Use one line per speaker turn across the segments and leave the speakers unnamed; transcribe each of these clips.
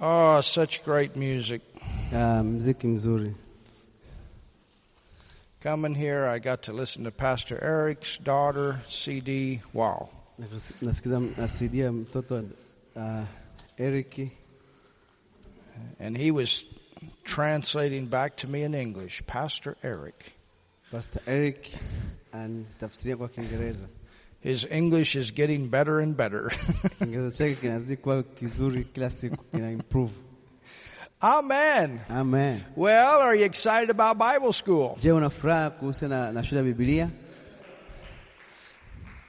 Oh, such great music.
Ah, mziki mzuri.
Coming here, I got to listen to Pastor Eric's daughter CD. Wow.
Nakas- Nasikiza nasidia mtoto uh, Eric
And he was translating back to me in English, Pastor Eric.
Pastor Eric anitafsiria kwa Kiingereza.
His English is getting better and better.
Kiingereza chake kinazidi kuwa kizuri kila siku, kina improve.
Amen.
Amen.
Well, are you excited about Bible school?
Je, una furaha kuhusiana na, na shule ya Biblia?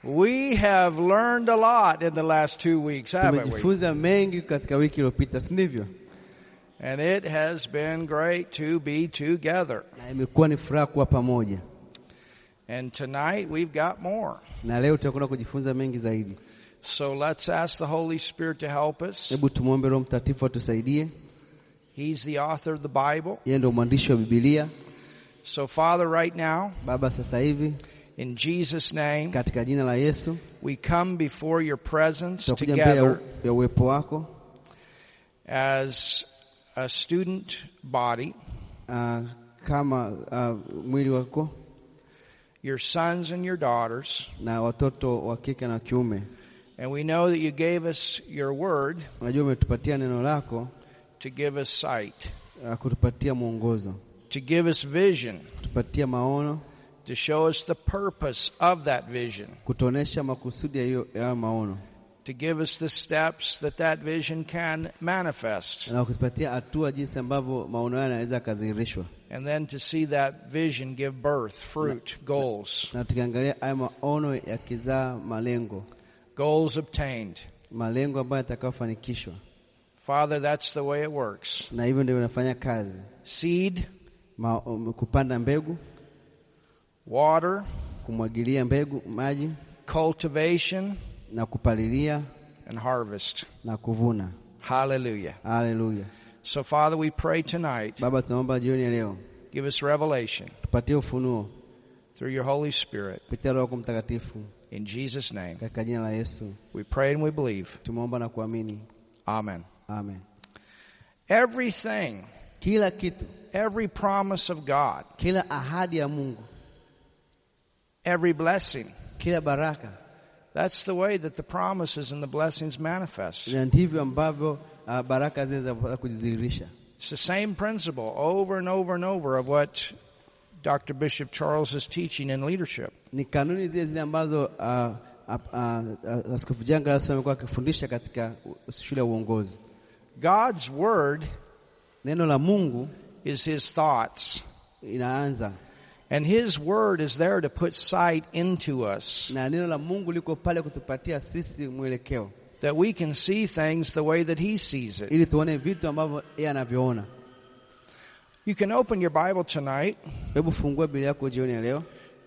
We have learned a lot in the last two weeks, haven't we?
Tumejifunza mengi katika wiki iliyopita, si ndivyo?
And it has been great to be together.
Na imekuwa ni furaha kuwa pamoja,
And tonight we've got more.
na leo tutakwenda kujifunza mengi zaidi.
So let's ask the Holy Spirit to help us.
Hebu tumwombe Roho Mtakatifu atusaidie.
He's the author of the Bible.
Yeye ndio mwandishi wa Biblia.
So, Father, right now,
Baba, sasa hivi
in Jesus' name,
katika jina la Yesu
we come before your presence
tutakuja mbele ya u-
together
ya uwepo wako
as a student body,
ah, kama ah, mwili wako
your sons and your daughters.
na watoto wa kike na wa kiume.
And we know that you gave us your word
Unajua umetupatia neno lako
to give us sight,
ah, kutupatia mwongozo,
to give us vision,
kutupatia maono,
to show us the purpose of that vision,
kutuonesha makusudi ya hiyo ya hayo maono
to give us the steps that that vision can manifest,
na kutupatia hatua jinsi ambavyo maono hayo yanaweza yakadhihirishwa,
and then to see that vision give birth, fruit, goals,
na tukiangalia haya maono yakizaa malengo,
goals obtained.
malengo ambayo yatakayofanikishwa,
Father, that's the way it works.
na hivyo ndio inafanya kazi
Seed,
Ma, um, kupanda mbegu,
water,
kumwagilia mbegu maji
cultivation,
na kupalilia
and harvest.
na kuvuna.
Hallelujah.
Haleluya.
So, Father, we pray tonight,
Baba, tunaomba jioni ya leo
give us revelation
tupatie ufunuo
through your Holy Spirit.
kupitia Roho yako Mtakatifu
In Jesus' name,
katika jina la Yesu
we pray and we believe.
tumeomba na kuamini,
Amen.
amen.
Everything,
Kila kitu,
every promise of God,
kila ahadi ya Mungu,
every blessing,
kila baraka,
that's the way that the promises and the blessings manifest.
na ndivyo ambavyo uh, baraka zile zinaweza kujidhihirisha.
It's the same principle over and over and over of what Dr. Bishop Charles is teaching in leadership.
Ni kanuni zile zile ambazo uh, ap- uh, uh, Askofu Janga Lasso amekuwa akifundisha katika u- shule ya uongozi.
God's word
Neno la Mungu
is his thoughts,
inaanza
and his word is there to put sight into us
na neno la Mungu liko pale kutupatia sisi mwelekeo
that we can see things the way that he sees it.
ili tuone vitu ambavyo yeye anavyoona.
You can open your Bible tonight
Hebu fungua Biblia yako jioni ya leo,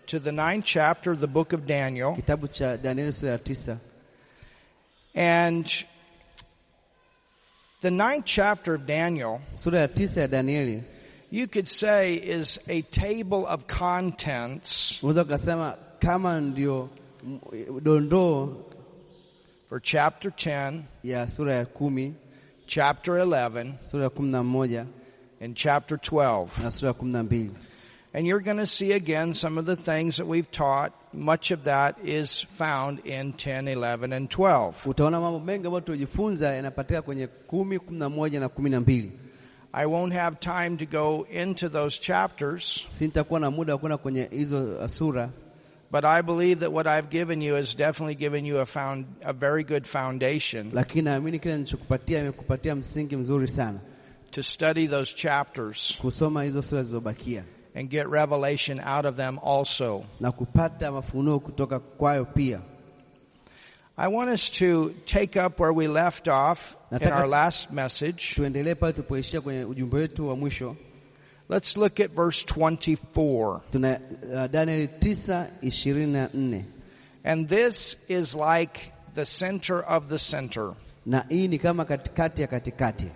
to the ninth chapter of the book of Daniel.
kitabu cha Danieli sura ya tisa.
And the ninth chapter of Daniel,
Sura ya tisa ya Danieli
you could say, is a table of contents
unaweza ukasema kama ndio mm, dondoo
for chapter 10,
ya sura ya kumi,
chapter 11,
sura ya kumi na moja
and chapter 12.
na sura ya kumi na mbili.
And you're going to see again some of the things that we've taught. Much of that is found in 10, 11, and 12.
Utaona mambo mengi ambayo tulijifunza yanapatikana kwenye kumi, kumi na moja na kumi na mbili.
I won't have time to go into those chapters,
Sintakuwa na muda wa kwenda kwenye hizo uh, sura
but I believe that what I've given you has definitely given you a, found, a very good foundation
lakini naamini kile nilichokupatia imekupatia msingi mzuri sana
to study those chapters
kusoma hizo sura zilizobakia
and get revelation out of them also.
na kupata mafunuo kutoka kwayo pia.
I want us to take up where we left off in our last message.
Tuendelee pale tulipoishia kwenye ujumbe wetu wa mwisho,
Let's look at verse 24.
tuna uh, Danieli 9 24,
And this is like the center of the center
na hii ni kama katikati ya katikati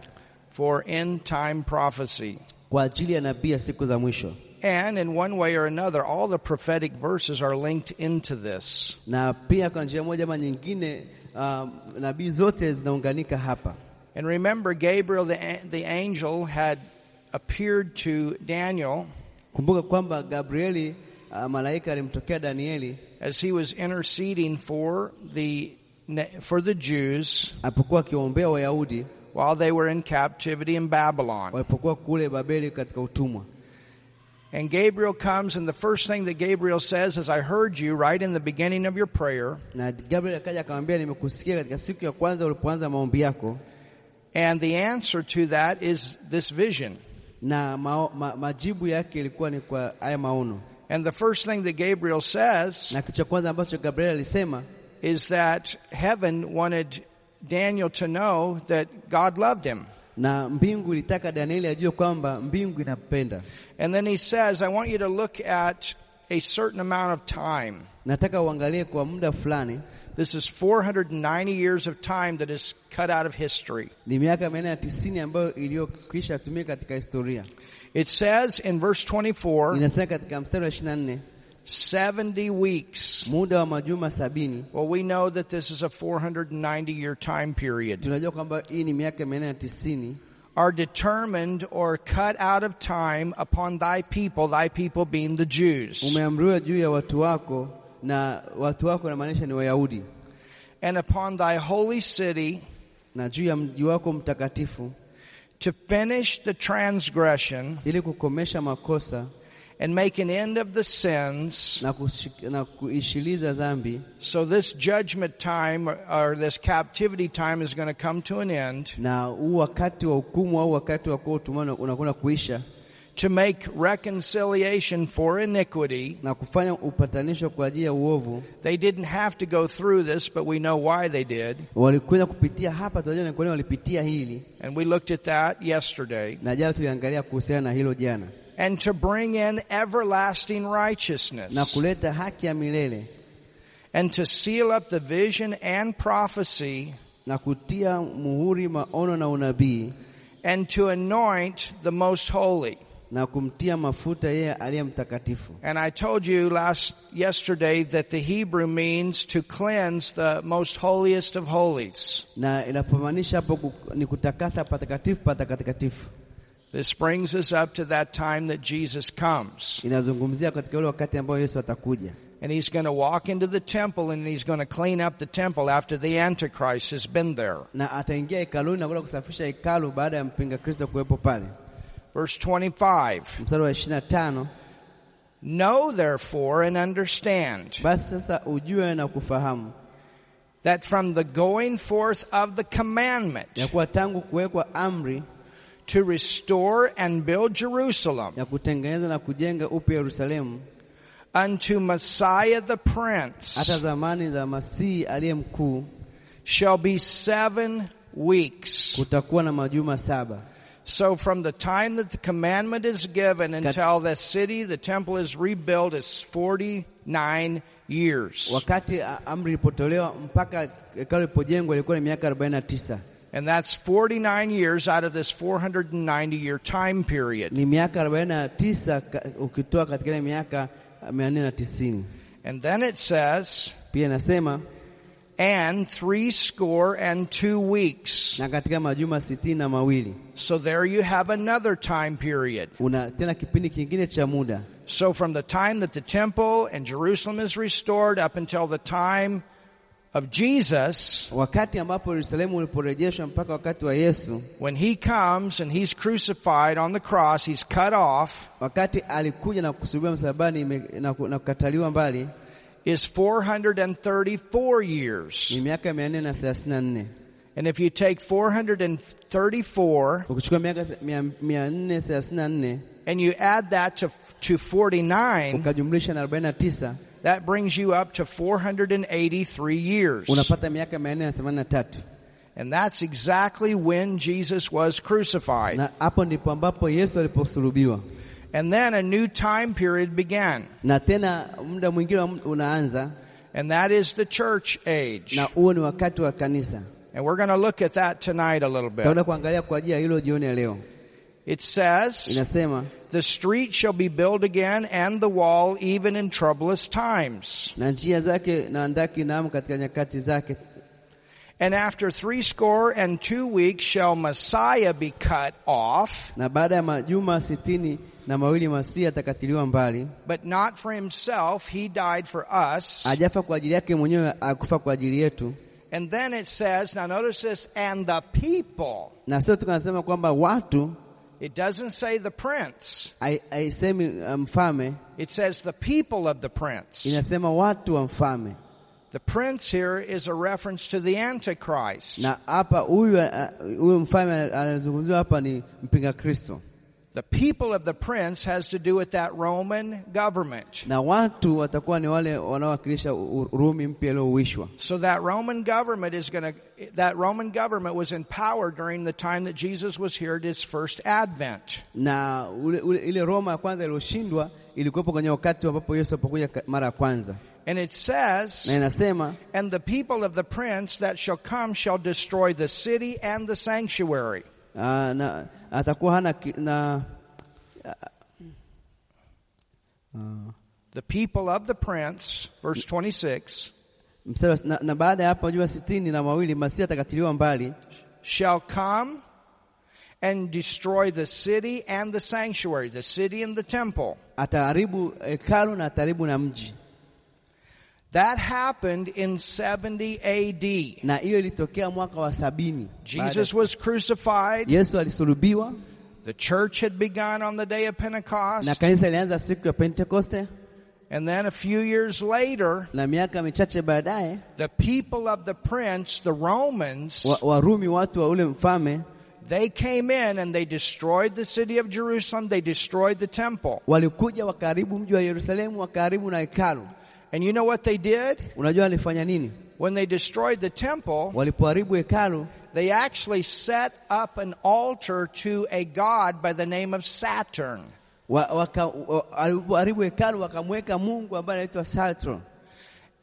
for end time prophecy.
kwa ajili ya nabii ya siku za mwisho,
And in one way or another, all the prophetic verses are linked into this.
na pia kwa njia moja ama nyingine, uh, nabii zote um, zinaunganika hapa.
And remember, Gabriel, the, a- the angel, had appeared to Daniel
kumbuka kwamba gabrieli uh, malaika alimtokea danieli
as he was interceding for the, for the Jews
alipokuwa akiwaombea wayahudi
while they were in captivity in Babylon.
walipokuwa kule babeli katika utumwa
And Gabriel comes, and the first thing that Gabriel says is, I heard you right in the beginning of your prayer.
na gabrieli akaja akamwambia nimekusikia katika siku ya kwanza ulipoanza maombi yako
And the answer to that is this vision.
na mao, ma, majibu yake ilikuwa ni kwa haya maono
And the first thing that Gabriel says
na kitu cha kwanza ambacho gabrieli alisema
is that heaven wanted Daniel to know that God loved him.
na mbingu ilitaka danieli ajue kwamba mbingu inampenda
And then he says, I want you to look at a certain amount of time.
nataka uangalie kwa muda fulani
This is 490 years of time that is cut out of history.
ni miaka mia nne na tisini ambayo iliyokwisha tumika katika historia
It says in verse 24,
inasema katika mstari wa 24
70 weeks.
muda wa majuma sabini
Well, we know that this is a 490 year time period
tunajua kwamba hii ni miaka mia nne na tisini
are determined or cut out of time upon thy people, thy people being the Jews,
umeamriwa juu ya watu wako na watu wako namaanisha ni wayahudi
and upon thy holy city
na juu ya mji wako mtakatifu
to finish the transgression
ili kukomesha makosa
and make an end of the sins.
na, kushi, na kuishiliza dhambi
So this judgment time or- or this captivity time is going to come to an end
na huu wakati wa hukumu au wakati wa kuwa utumwani unakwenda kuisha
to make reconciliation for iniquity.
na kufanya upatanisho kwa ajili ya uovu.
They didn't have to go through this, but we know why they did.
Walikwenda kupitia hapa, tunajua ni kwa nini walipitia hili,
And we looked at that yesterday.
na jana tuliangalia kuhusiana na hilo jana,
And to bring in everlasting
na
righteousness
kuleta haki ya milele
and to seal up the vision and prophecy
na kutia muhuri maono na unabii
and to anoint the most holy.
na kumtia mafuta yeye aliye mtakatifu.
And I told you last yesterday that the Hebrew means to cleanse the most holiest of holies.
Na inapomaanisha hapo ku- ni kutakasa patakatifu patakatifu,
This brings us up to that time that Jesus comes.
inazungumzia katika ule wakati ambao Yesu atakuja
And he's going to walk into the temple and he's going to clean up the temple after the Antichrist has been there.
na ataingia hekaluni na kwenda kusafisha hekalu baada ya mpinga Kristo kuwepo pale.
Verse 25.
Mstari wa 25,
Know therefore and understand
basi sasa ujue na kufahamu
that from the going forth of the
ya
commandment
kuwa tangu kuwekwa amri
to restore and build Jerusalem
ya kutengeneza na kujenga upya Yerusalemu
unto Messiah the Prince
hata zamani za Masihi aliye mkuu
shall be seven weeks.
kutakuwa na majuma saba.
So from the time that the commandment is given until the city, the temple is rebuilt is 49 years.
Wakati a- amri ilipotolewa mpaka hekalu lilipojengwa ilikuwa ni miaka 49.
And that's 49 years out of this 490 year time period.
Ni miaka 49 ka- ukitoa katika ile miaka 490.
And then it says,
Pia inasema
and three score and two weeks.
na katika majuma sitini na mawili
So there you have another time period.
una tena kipindi kingine cha muda
So from the time that the temple and Jerusalem is restored up until the time of Jesus,
wakati ambapo Yerusalemu uliporejeshwa mpaka wakati wa Yesu,
when he comes and he's crucified on the cross, he's cut off,
wakati alikuja na kusulubiwa msalabani ime- na ku- na kukataliwa mbali
is 434 years.
ni miaka 434.
And if you take 434
Ukichukua miaka se- mia- 434
and you add that to, to 49,
ukajumlisha na 49
that brings you up to 483 years.
unapata miaka 483,
And that's exactly when Jesus was crucified.
na hapo ndipo ambapo Yesu aliposulubiwa.
And then a new time period began.
Na tena muda mwingine wa mu- unaanza,
And that is the church age.
na huo ni wakati wa kanisa.
And we're going to look at that tonight a little bit.
Tutaenda kuangalia kwa ajili ya hilo jioni ya leo.
It says,
Inasema
The street shall be built again and the wall even in troublous times.
na njia zake na andaki naam katika nyakati zake,
And after three score and two weeks shall Messiah be cut off,
na baada ya majuma sitini na mawili Masihi atakatiliwa mbali.
but not for himself. He died for us.
Hajafa kwa ajili yake mwenyewe, akufa kwa ajili yetu.
And then it says, now notice this, and the people.
Na sio tukasema kwamba watu,
It doesn't say the prince.
hai- haisemi uh, mfalme,
It says the people of the prince.
inasema watu wa mfalme.
The prince here is a reference to the Antichrist.
Na hapa huyu uh, huyu mfalme anazungumziwa hapa ni mpinga Kristo,
The people of the prince has to do with that Roman government.
na watu watakuwa ni wale wanaowakilisha Urumi mpya iliyouishwa.
So that Roman government is going to, that Roman government was in power during the time that Jesus was here at his first advent.
na ule, ule, ile Roma ya kwanza iliyoshindwa ilikuwepo kwenye wakati ambapo Yesu alipokuja ka- mara ya kwanza,
And it
na
says,
inasema
and the people of the prince that shall come shall destroy the city and the sanctuary.
uh, na atakuwa hana ki, na
The people of the prince, verse 26,
mstari wa- na, na baada ya hapo majuma sitini na mawili Masihi atakatiliwa mbali
shall come and destroy the city and the sanctuary, the city and the temple.
ataharibu hekalu na ataharibu na mji,
That happened in 70 AD.
na hiyo ilitokea mwaka wa sabini.
Jesus was crucified.
Baada- Yesu alisulubiwa
The church had begun on the day of
na
Pentecost.
kanisa ilianza siku ya Pentekoste,
And then a few years later,
na miaka michache baadaye
the people of the prince, the Romans,
Warumi wa Warumi, watu wa ule mfalme
they came in and they destroyed the city of Jerusalem. They destroyed the temple.
walikuja wakaharibu mji wa Yerusalemu, wakaharibu na hekalu.
And you know what they did?
Unajua alifanya nini?
When they destroyed the temple,
Walipoharibu hekalu
They actually set up an altar to a god by the name of Saturn.
wa- waka- wa- walipoharibu hekalu wakamweka mungu ambaye anaitwa Saturn.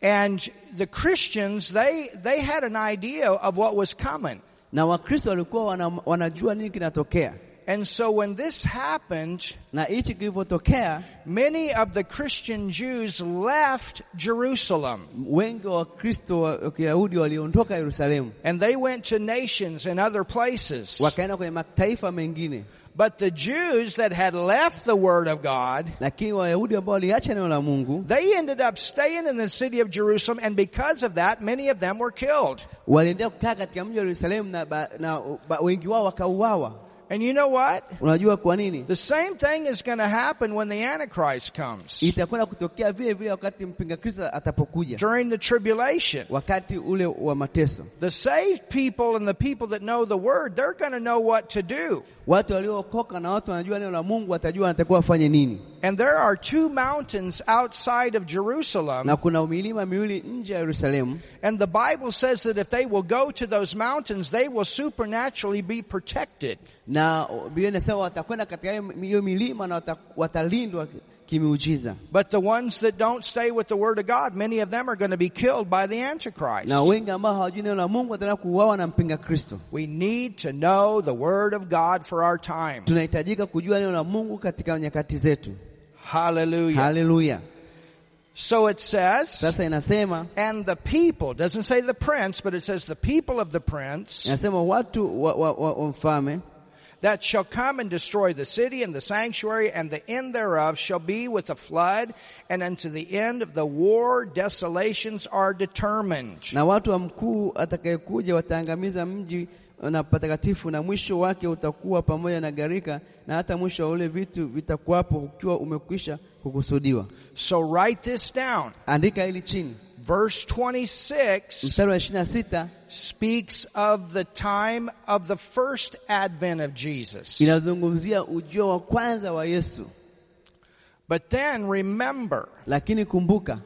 And the Christians, they, they had an idea of what was coming.
Na Wakristo walikuwa wana, wanajua nini kinatokea,
And so when this happened,
na hichi kilivyotokea,
many of the Christian Jews left Jerusalem
wengi wa Wakristo wa wa Kiyahudi waliondoka Yerusalemu,
and they went to nations and other places.
wakaenda kwenye mataifa mengine,
But the Jews that had left the Word of God,
lakini Wayahudi ambao waliacha neno la Mungu
they ended up staying in the city of Jerusalem and because of that, many of them were killed.
waliendelea kukaa katika mji wa Yerusalemu na, ba, na ba, wengi wao wakauawa.
And you know what?
Unajua kwa nini?
The same thing is going to happen when the Antichrist comes
Itakwenda kutokea vile vile wakati mpinga Kristo atapokuja,
during the tribulation.
wakati ule wa mateso.
The saved people and the people that know the word, they're going to know what to do.
Watu waliookoka na watu wanajua neno la Mungu watajua wanatakiwa wafanye nini.
And there are two mountains outside of Jerusalem,
Na kuna milima miwili nje ya Yerusalemu,
and the Bible says that if they will go to those mountains, they will supernaturally be protected.
na Biblia inasema watakwenda katika hiyo hiyo milima na wata- watalindwa kimiujiza,
But the ones that don't stay with the word of God, many of them are going to be killed by the Antichrist.
na wengi ambao hawajui neno la Mungu wataenda kuuawa na mpinga Kristo.
We need to know the word of God for our time.
Tunahitajika kujua neno la Mungu katika nyakati zetu.
Hallelujah.
Haleluya!
so it says.
Sasa inasema
And the people, doesn't say the prince, but it says the people of the prince
inasema watu wa, wa, wa, wa mfalme
that shall come and destroy the city and the sanctuary and the end thereof shall be with a flood and unto the end of the war desolations are determined.
na watu wa mkuu atakayekuja wataangamiza mji na patakatifu, na mwisho wake utakuwa pamoja na gharika, na hata mwisho wa ule vitu vitakuwapo, ukiwa umekwisha kukusudiwa.
So write this down.
Andika hili chini,
Verse 26
mstari wa ishirini na sita
speaks of the time of the first advent of Jesus.
inazungumzia ujio wa kwanza wa Yesu,
But then remember,
lakini kumbuka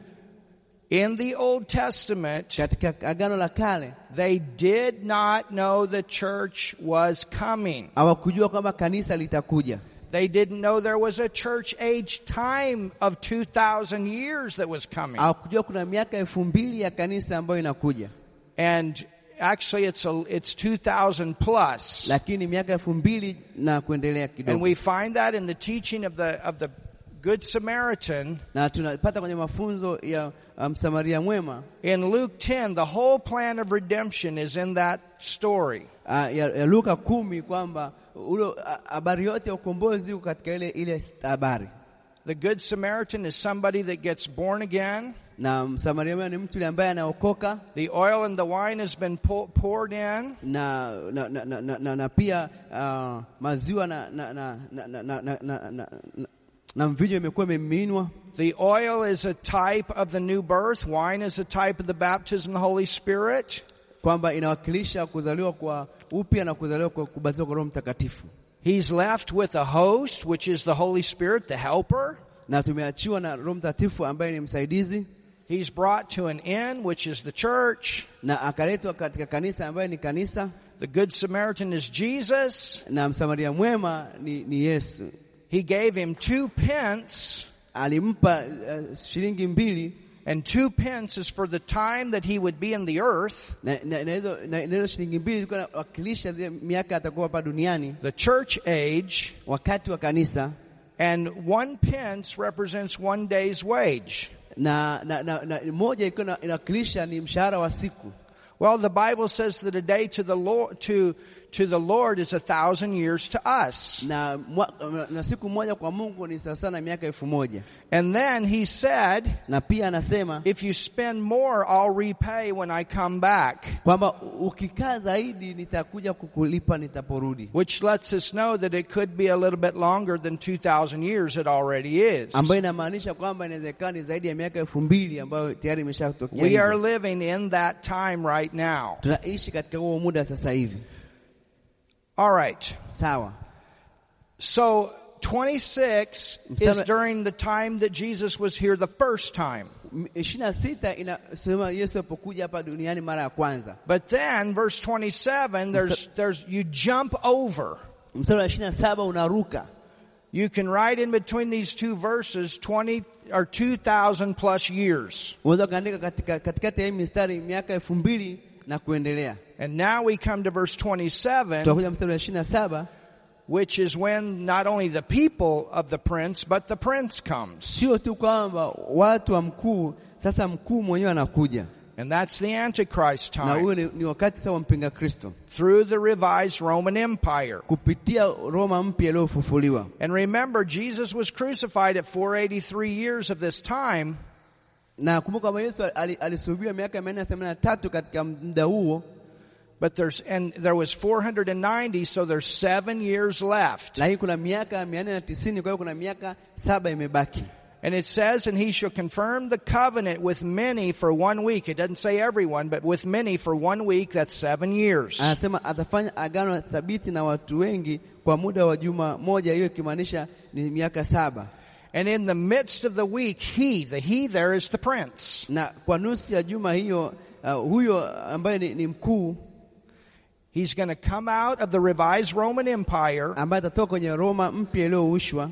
in the Old Testament,
katika Agano la Kale
they did not know the church was coming.
hawakujua kwamba kanisa litakuja,
They didn't know there was a church age time of 2,000 years that was coming.
hawakujua kuna miaka elfu mbili ya kanisa ambayo inakuja,
And actually it's a, it's 2,000 plus.
lakini miaka elfu mbili na kuendelea
And
kidogo.
we find that in the teaching of the, of the Good Samaritan,
na tunapata kwenye mafunzo ya uh, msamaria mwema
in Luke 10, the whole plan of redemption is in that story.
uh, ya, ya Luka kumi kwamba ule ah, habari yote ya ukombozi uko katika ile ile habari,
The Good Samaritan is somebody that gets born again.
na msamaria mwema ni mtu yule ambaye anaokoka
The oil and the wine has been pou- poured in.
na na, na, na, na, na, na pia uh, maziwa na na, na, na, na, na, na, na, na, na, na mvinyo imekuwa imemiminwa.
The oil is a type of the new birth. Wine is a type of the baptism of the Holy Spirit.
kwamba inawakilisha kuzaliwa kwa upya na kuzaliwa kwa kubatizwa kwa Roho Mtakatifu,
He's left with a host, which is the Holy Spirit, the helper.
na tumeachiwa na Roho Mtakatifu ambaye ni msaidizi,
He's brought to an end, which is the church.
na akaletwa katika kanisa ambaye ni kanisa,
The Good Samaritan is Jesus.
na msamaria mwema ni, ni Yesu.
He gave him two pence,
Alimpa uh, shilingi mbili
and two pence is for the time that he would be in the earth.
na, na, na, hizo, na, na hizo shilingi mbili zilikuwa nawakilisha zile miaka atakuwa hapa duniani
the church age,
wakati wa kanisa
and one pence represents one day's wage.
na, na, na, na moja ilikuwa ina- inawakilisha ni mshahara wa siku
Well, the Bible says that a day to the Lord, to, to the Lord is a thousand years to us.
na, mwa, na siku moja kwa Mungu ni sawasawa na miaka elfu moja
And then he said,
na pia anasema
if you spend more, I'll repay when I come back,
kwamba ukikaa zaidi nitakuja kukulipa nitaporudi,
which lets us know that it could be a little bit longer than 2,000 years it already is.
ambayo inamaanisha kwamba inawezekana ni zaidi ya miaka elfu mbili ambayo tayari imeshatokea.
We are
hivyo.
living in that time right now.
Tunaishi katika huo muda sasa hivi,
All right.
sawa.
So 26 is
Mstari-
during the time that Jesus was here the first time.
ishirini na sita inasema Yesu alipokuja hapa duniani mara ya kwanza.
But then verse 27 there's there's you jump over.
Mstari wa ishirini na saba unaruka
You can write in between these two verses 20 or 2000 plus years.
unaweza ukaandika katika, katikati ya hii mistari miaka elfu mbili na kuendelea.
And now we come to verse 27
Tunakuja mstari wa ishirini na saba
which is when not only the people of the prince but the prince comes.
sio tu kwamba watu wa mkuu, sasa mkuu mwenyewe anakuja
And that's the antichrist
na
time
huyo ni, ni wakati sasa wa mpinga Kristo
through the revised Roman Empire.
kupitia Roma mpya iliyofufuliwa.
And remember Jesus was crucified at 483 years of this time.
Na kumbuka kwamba Yesu ali- alisulubiwa miaka 483 katika muda huo,
But there's and there was 490, so there's seven years left.
lakini kuna miaka 490, kwa hiyo kuna miaka saba imebaki.
And it says, and he shall confirm the covenant with many for one week. It doesn't say everyone, but with many for one week, that's seven years.
Anasema atafanya agano thabiti na watu wengi kwa muda wa juma moja, hiyo ikimaanisha ni miaka saba,
And in the midst of the week, he, the he there is the prince.
na kwa nusu ya juma hiyo uh, huyo ambaye ni, ni mkuu
He's going to come out of the revised Roman Empire,
ambaye atatoka kwenye Roma mpya iliyoushwa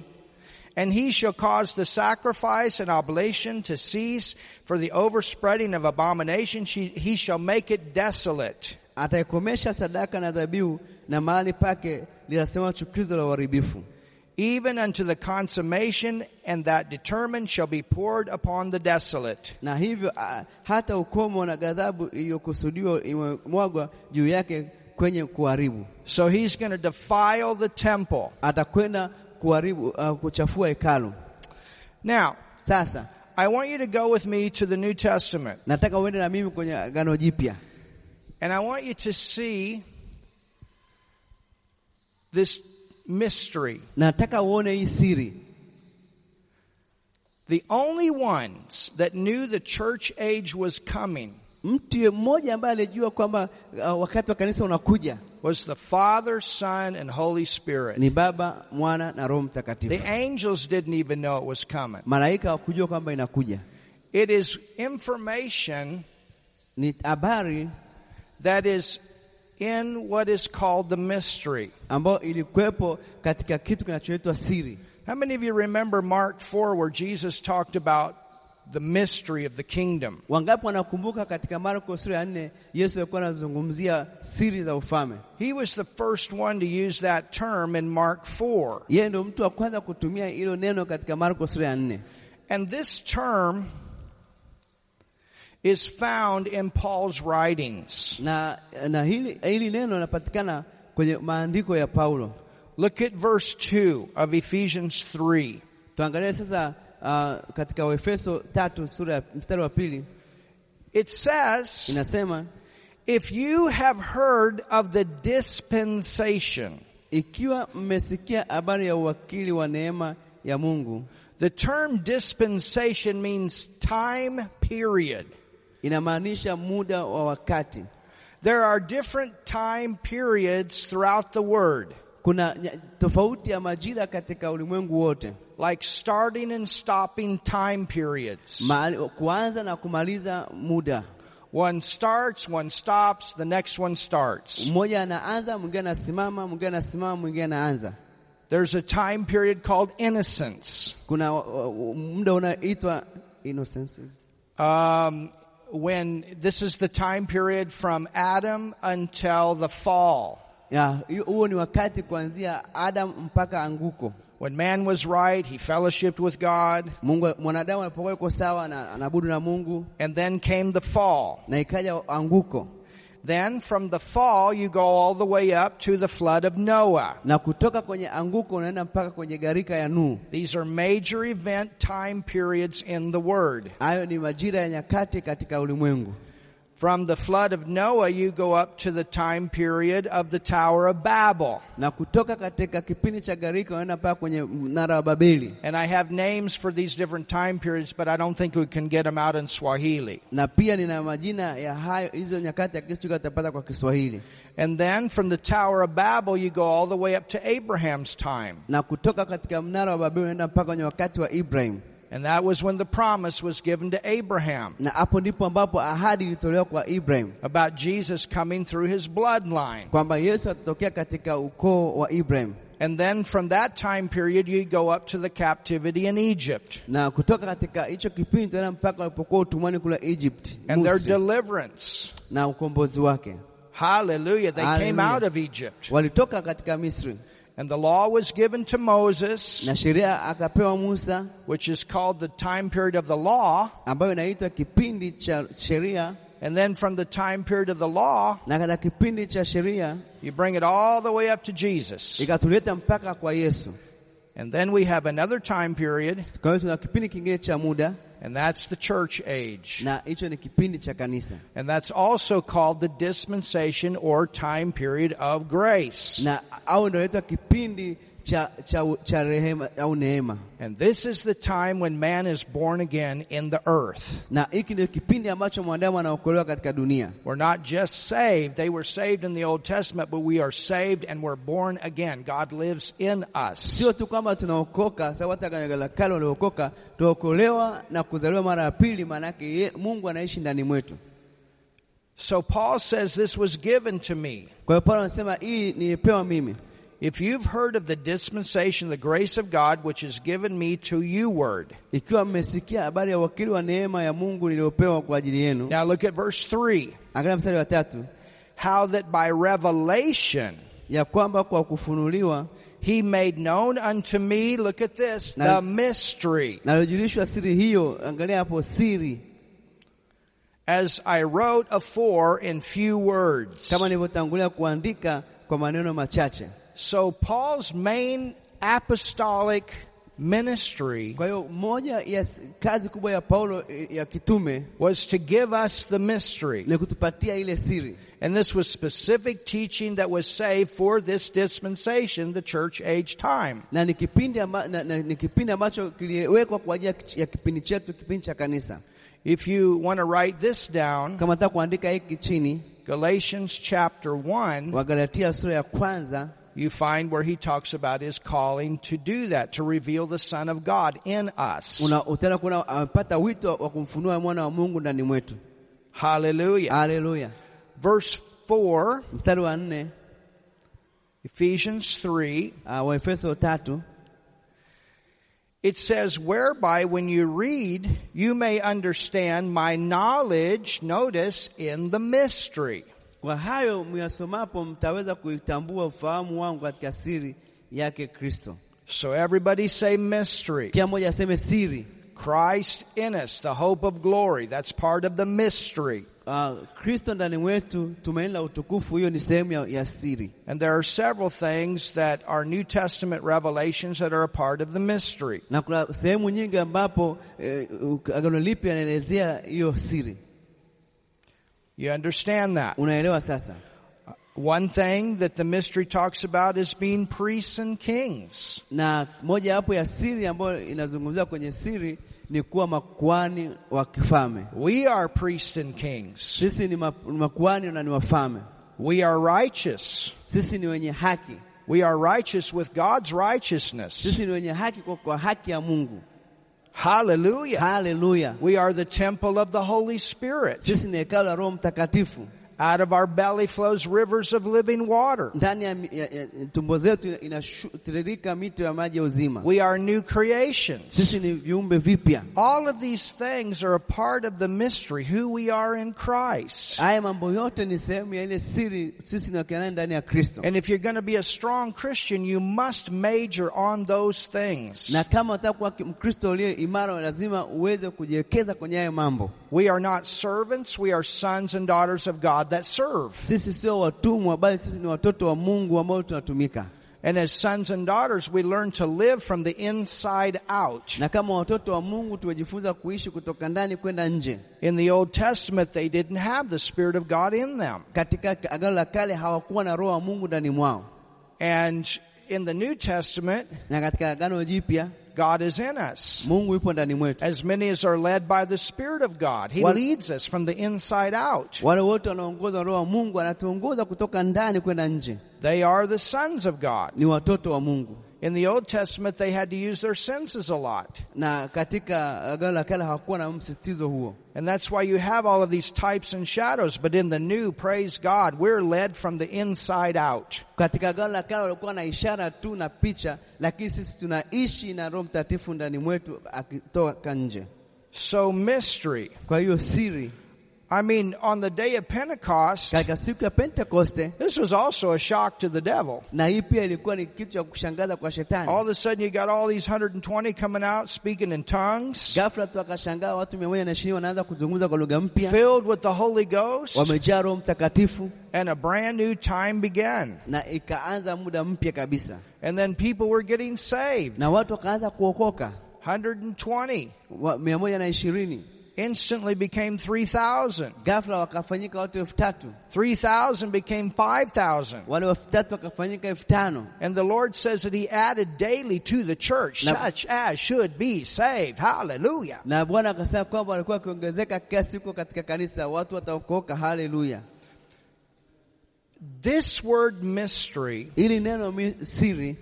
and he shall cause the sacrifice and oblation to cease for the overspreading of abomination. She, he shall make it desolate.
ataikomesha sadaka na dhabihu na mahali pake linasema chukizo la uharibifu
even unto the consummation, and that determined shall be poured upon the desolate.
na hivyo a, hata ukomo na ghadhabu iliyokusudiwa imemwagwa juu yake kwenye kuharibu.
So he's going to defile the temple.
Atakwenda kuharibu uh, kuchafua hekalu.
Now,
Sasa
I want you to go with me to the New Testament,
nataka uende na mimi kwenye Agano Jipya,
and I want you to see this mystery.
nataka uone hii siri.
The only ones that knew the church age was coming
Mtu ye- mmoja ambaye alijua kwamba uh, wakati wa kanisa unakuja
was the Father, Son, and Holy Spirit.
ni Baba, Mwana na Roho Mtakatifu.
The angels didn't even know it was coming.
Malaika hawakujua kwamba inakuja,
It is information
ni habari
that is in what is called the mystery.
ambayo ilikuwepo katika kitu kinachoitwa siri.
How many of you remember Mark 4 where Jesus talked about the mystery of the kingdom.
Wangapi wanakumbuka katika Marko sura ya nne Yesu alikuwa anazungumzia siri za ufalme.
He was the first one to use that term in Mark 4.
Yeye ndio mtu wa kwanza kutumia hilo neno katika Marko sura ya nne,
And this term is found in Paul's writings.
na, na hili, hili neno linapatikana kwenye maandiko ya Paulo.
Look at verse 2 of Ephesians 3.
Tuangalie sasa uh, katika Waefeso tatu sura ya mstari wa pili
It says,
inasema
If you have heard of the dispensation,
ikiwa mmesikia habari ya uwakili wa neema ya Mungu,
the term dispensation means time period.
inamaanisha muda wa wakati.
There are different time periods throughout the word,
Kuna nya- tofauti ya majira katika ulimwengu wote,
like starting and stopping time periods.
Mahali- kuanza na kumaliza muda.
One starts, one stops, the next one starts.
Mmoja anaanza, mwingine anasimama, mwingine anasimama, mwingine anaanza.
There's a time period called innocence,
Kuna wa- wa- wa- muda unaitwa innocences.
um, when this is the time period from Adam until the fall.
Ya, hiyo- huo ni wakati kuanzia Adam mpaka anguko.
When man was right, he fellowshiped with God,
Mungu mwanadamu alipokuwa yuko sawa na anabudu na Mungu
and then came the fall.
na ikaja anguko.
Then from the fall, you go all the way up to the flood of Noah.
na kutoka kwenye anguko unaenda mpaka kwenye gharika ya Nuhu.
These are major event time periods in the Word.
Hayo ni majira ya nyakati katika ulimwengu.
From the flood of Noah, you go up to the time period of the Tower of Babel.
Na kutoka katika kipindi cha gharika unaenda mpaka kwenye mnara wa Babeli,
And I have names for these different time periods, but I don't think we can get them out in Swahili.
na pia nina majina ya hayo hizo nyakati ya Kristo atapata kwa Kiswahili.
And then from the Tower of Babel, you go all the way up to Abraham's time.
Na kutoka katika mnara wa Babeli unaenda mpaka kwenye wakati wa Ibrahim,
And that was when the promise was given to Abraham
na hapo ndipo ambapo ahadi ilitolewa kwa Ibrahim
about Jesus coming through his bloodline.
kwamba Yesu atatokea katika ukoo wa Ibrahim.
And then from that time period, you go up to the captivity in Egypt
Na kutoka katika hicho kipindi tunaenda mpaka walipokuwa utumwani kule Egypt,
and their
Misri,
deliverance.
na ukombozi wake.
Hallelujah. They came
Hallelujah.
out of Egypt.
walitoka katika Misri
And the law was given to Moses,
na sheria akapewa Musa,
which is called the time period of the law.
ambayo inaitwa kipindi cha sheria.
And then from the time period of the law,
Na katika kipindi cha sheria
you bring it all the way up to Jesus.
ikatuleta mpaka kwa Yesu.
And then we have another time period,
Kwa hiyo tuna kipindi kingine cha muda,
and that's the church age.
na hicho ni kipindi cha kanisa,
And that's also called the dispensation or time period of grace.
na au ndio inaitwa kipindi cha, cha, cha rehema au neema.
And this is the time when man is born again in the earth.
Na hiki ndio kipindi ambacho mwanadamu anaokolewa katika dunia.
We're not just saved. They were saved in the Old Testament, but we are saved and we're born again. God lives in us.
Sio tu kwamba tunaokoka, sababu hata katika Agano la kale waliokoka, tuokolewa na kuzaliwa mara ya pili, maanake ye- Mungu anaishi ndani mwetu.
So Paul says this was given to me.
Kwa hiyo Paulo anasema hii nilipewa mimi.
If you've heard of the dispensation, the grace of God, which is given me to you word.
Ikiwa mmesikia habari ya wakili wa neema ya Mungu niliyopewa kwa ajili yenu,
Now look at verse three.
angalia mstari wa tatu,
How that by revelation
ya kwamba kwa kufunuliwa
he made known unto me, look at this,
Now-
the mystery.
naliojulishwa siri hiyo. Angalia hapo siri,
As I wrote afore in few words.
kama nilivyotangulia kuandika kwa maneno machache.
So Paul's main apostolic ministry
Kwa hiyo moja ya s- kazi kubwa ya Paulo eh, ya kitume
was to give us the mystery.
ni kutupatia ile siri,
And this was specific teaching that was saved for this dispensation, the church age time.
na ni kipindi amba, na, na, ni kipindi ambacho kiliwekwa kwa ajili ya kichi- ya kipindi chetu, kipindi cha kanisa.
If you want to write this down,
Kama nataka kuandika hiki chini,
Galatians chapter 1,
Wagalatia sura ya kwanza
you find where he talks about his calling to do that, to reveal the Son of God in us.
una utaenda kuona amepata wito wa kumfunua mwana wa Mungu ndani mwetu. Ah.
Hallelujah.
Haleluya!
Verse 4,
Mstari wa nne ah,
Ephesians 3,
uh, Waefeso tatu
It says, whereby when you read, you may understand my knowledge, notice, in the mystery.
Kwa hayo myasomapo mtaweza kuitambua ufahamu wangu katika siri yake Kristo.
So everybody say mystery.
Kila mmoja aseme siri.
Christ in us, the hope of glory. That's part of the mystery.
Ah, Kristo ndani mwetu, tumaini la utukufu, hiyo ni sehemu ya, ya siri.
And there are several things that are New Testament revelations that are a part of the mystery.
na kuna sehemu nyingi ambapo eh, uk- Agano Lipya anaelezea hiyo siri.
You understand that?
Unaelewa sasa?
One thing that the mystery talks about is being priests and kings.
Na moja wapo ya siri ambayo inazungumziwa kwenye siri ni kuwa makuhani wa kifalme.
We are priests and kings.
Sisi ni ma- ni makuhani na ni wafalme,
We are righteous.
sisi ni wenye haki,
We are righteous with God's righteousness.
sisi ni wenye haki kwa, kwa haki ya Mungu.
Hallelujah.
Haleluya!
We are the temple of the Holy Spirit.
Sisi ni hekalu la Roho Mtakatifu.
Out of our belly flows rivers of living water.
Ndani ya, mi- ya, ya tumbo zetu ina- inatiririka mito ya maji ya uzima.
We are new creations.
Sisi ni viumbe vipya.
All of these things are a part of the mystery, who we are in Christ.
Haya mambo yote ni sehemu ya ile siri sisi ni wakina nani ndani ya Kristo.
And if you're going to be a strong Christian, you must major on those things.
Na kama unataka kuwa ki- Mkristo uliye imara lazima uweze kujiwekeza kwenye hayo mambo.
We are not servants, we are sons and daughters of God that serve.
Sisi sio watumwa bali sisi ni watoto wa Mungu ambao tunatumika.
And as sons and daughters, we learn to live from the inside out.
Na kama watoto wa Mungu tumejifunza kuishi kutoka ndani kwenda nje.
In the Old Testament, they didn't have the Spirit of God in them.
Katika Agano la Kale hawakuwa na roho wa Mungu ndani mwao.
And in the New Testament,
Na katika Agano Jipya
God is in us.
Mungu yupo ndani mwetu.
As many as are led by the Spirit of God, He
What-
leads us from the inside out.
Wale wote wanaongozwa na roho wa Mungu anatuongoza kutoka ndani kwenda nje.
They are the sons of God.
Ni watoto wa Mungu.
In the Old Testament, they had to use their senses a lot.
na katika agano la kale hawakuwa na msisitizo huo,
And that's why you have all of these types and shadows. But in the new, praise God, we're led from the inside out.
katika agano la kale walikuwa na ishara tu na picha, lakini sisi tunaishi na Roho Mtakatifu ndani mwetu akitoka nje.
So mystery.
Kwa hiyo siri,
I mean, on the day of Pentecost,
katika siku ya Pentekoste,
this was also a shock to the devil.
na hii pia ilikuwa ni kitu cha kushangaza kwa
All of
shetani.
a sudden, you got all these 120 coming out speaking in tongues,
Ghafla tu akashangaa watu mia moja na ishirini wanaanza kuzungumza kwa lugha mpya,
filled with the Holy Ghost,
wamejaa Roho Mtakatifu
and a brand new time began.
na ikaanza muda mpya kabisa,
And then people were getting saved.
na watu wakaanza kuokoka
120
wa- mia moja na ishirini
instantly became 3,000.
ghafla wakafanyika watu elfu tatu
3,000 became 5,000.
wale elfu tatu wakafanyika elfu tano
And the Lord says that He added daily to the church
Now-
such as should be saved. Hallelujah.
na Bwana akasema kwamba walikuwa wakiongezeka kila siku katika kanisa, watu wataokoka. Haleluya!
This word mystery,
Ili neno mi- siri,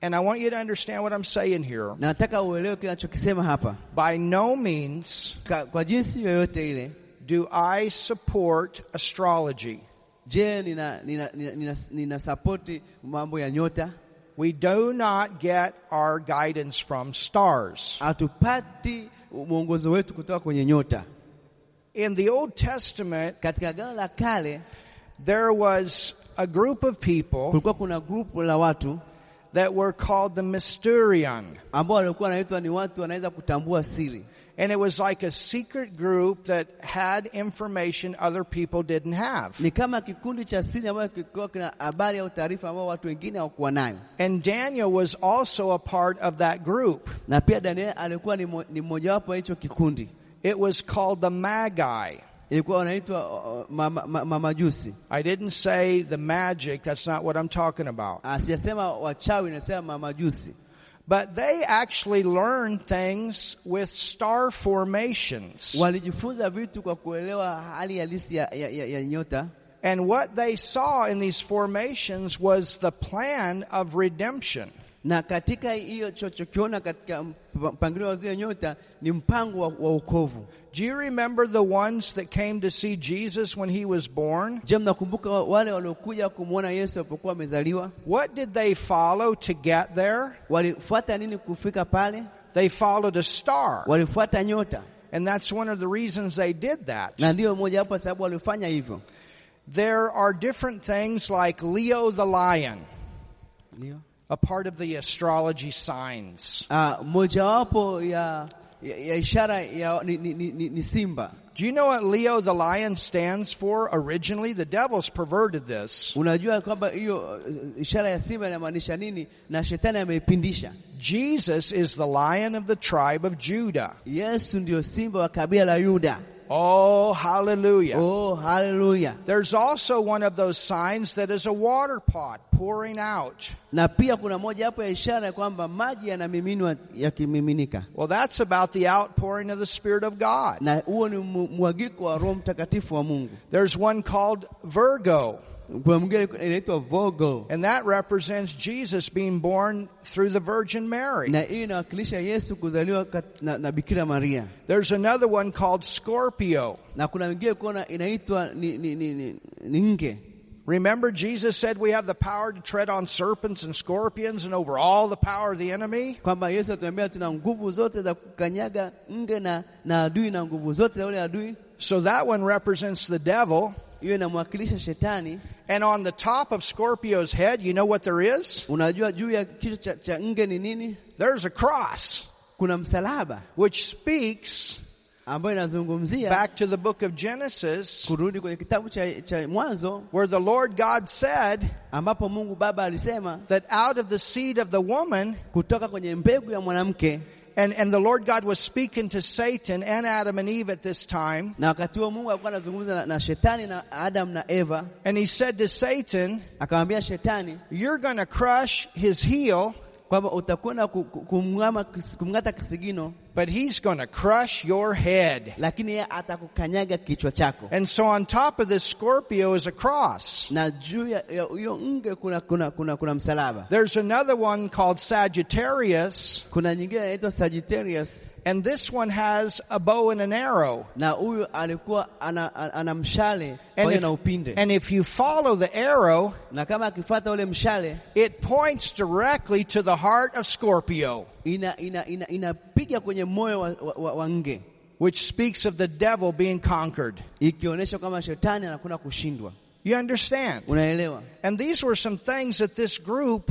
and I want you to understand what I'm saying here.
na nataka uelewe kinachokisema hapa.
By no means
Ka, kwa jinsi yoyote ile,
do I support astrology.
je, nina, nina, nina, nina, nina sapoti mambo ya nyota?
We do not get our guidance from stars.
Hatupati mwongozo wetu kutoka kwenye nyota.
In the Old Testament,
Katika Agano la Kale
there was a group of people
kulikuwa kuna grupu la watu
that were called the Mysterion.
ambao walikuwa wanaitwa ni watu wanaweza kutambua siri
And it was like a secret group that had information other people didn't have.
ni kama kikundi cha siri ambayo kilikuwa kina habari au taarifa ambayo watu wengine hawakuwa nayo,
And Daniel was also a part of that group.
na pia Daniel alikuwa ni mo- ni mmojawapo wa hicho kikundi.
It was called the Magi.
Ilikuwa wanaitwa o- o, ma- ma- ma- mamajusi.
I didn't say the magic, that's not what I'm talking about.
Ah, Sijasema wachawi, nasema mamajusi,
But they actually learned things with star formations.
walijifunza vitu kwa kuelewa hali halisi ya, ya, ya, ya nyota,
And what they saw in these formations was the plan of redemption.
na katika hiyo chochokiona katika mp- mpangilio wa zile nyota ni mpango wa, wa wokovu.
Do you remember the ones that came to see Jesus when he was born?
Je, mnakumbuka wa- wale waliokuja kumwona Yesu alipokuwa amezaliwa?
What did they follow to get there?
Walifuata nini kufika pale?
They followed a star.
Walifuata nyota,
And that's one of the reasons they did that.
na ndiyo moja wapo ya sababu walifanya hivyo.
There are different things like Leo the lion,
Ndio.
a part of the astrology signs.
Ah, mojawapo ya, ya, ya ishara ya, ni, ni, ni, ni, ni simba.
Do you know what Leo the lion stands for originally? The devil's perverted this.
Unajua kwamba hiyo eh, ishara ya simba inamaanisha nini, na shetani ameipindisha.
Jesus is the lion of the tribe of Judah.
Yesu ndiyo simba wa kabila la Yuda.
Oh, hallelujah.
Oh, haleluya!
There's also one of those signs that is a water pot pouring out.
Na pia kuna moja hapo ya ishara ya kwamba maji yanamiminwa yakimiminika,
Well, that's about the outpouring of the Spirit of God.
na huo ni mu- mwagiko wa Roho Mtakatifu wa Mungu.
There's one called Virgo,
Kuna mwingine inaitwa vogo,
and that represents Jesus being born through the Virgin Mary.
na hii inawakilisha Yesu kuzaliwa kat- na, na Bikira Maria,
There's another one called Scorpio.
na kuna wengine kuona inaitwa ni, ni, ni, ni, ni nge.
Remember, Jesus said we have the power to tread on serpents and scorpions and over all the power of the enemy?
kwamba Yesu atuambia tuna nguvu zote za kukanyaga nge na, na adui na nguvu zote za ule adui.
So that one represents the devil.
Hiyo inamwakilisha shetani.
And on the top of Scorpio's head, you know what there is?
Unajua juu ya kichwa cha, cha nge ni nini?
There's a cross,
Kuna msalaba
which speaks
ambayo inazungumzia
back to the book of Genesis,
kurudi kwenye kitabu cha, cha Mwanzo
where the Lord God said
ambapo Mungu Baba alisema
that out of the seed of the woman,
kutoka kwenye mbegu ya mwanamke,
and, and the Lord God was speaking to Satan and Adam and Eve at this time,
na wakati huo Mungu alikuwa anazungumza na, na shetani na Adam na Eva,
and he said to Satan,
akamwambia shetani
You're going to crush his heel,
kwamba utakwenda ku- ku- kumng'ama kis- kumng'ata kisigino,
but he's going to crush your head.
lakini yeye atakukanyaga kichwa chako.
And so on top of this Scorpio is a cross.
na juu ya ya hiyo nge kuna, kuna, kuna, kuna msalaba.
There's another one called Sagittarius,
Kuna nyingine inaitwa Sagittarius,
and this one has a bow and an arrow.
na huyu alikuwa ana, ana, ana mshale
And
pamoja
if,
na upinde
and if you follow the arrow,
na kama akifuata ule mshale
It points directly to the heart of Scorpio,
ina, ina, ina, inapiga kwenye moyo wa, wa, wa, wa nge
which speaks of the devil being conquered.
ikionyesha kwamba shetani anakwenda kushindwa.
You understand?
Unaelewa?
And these were some things that this group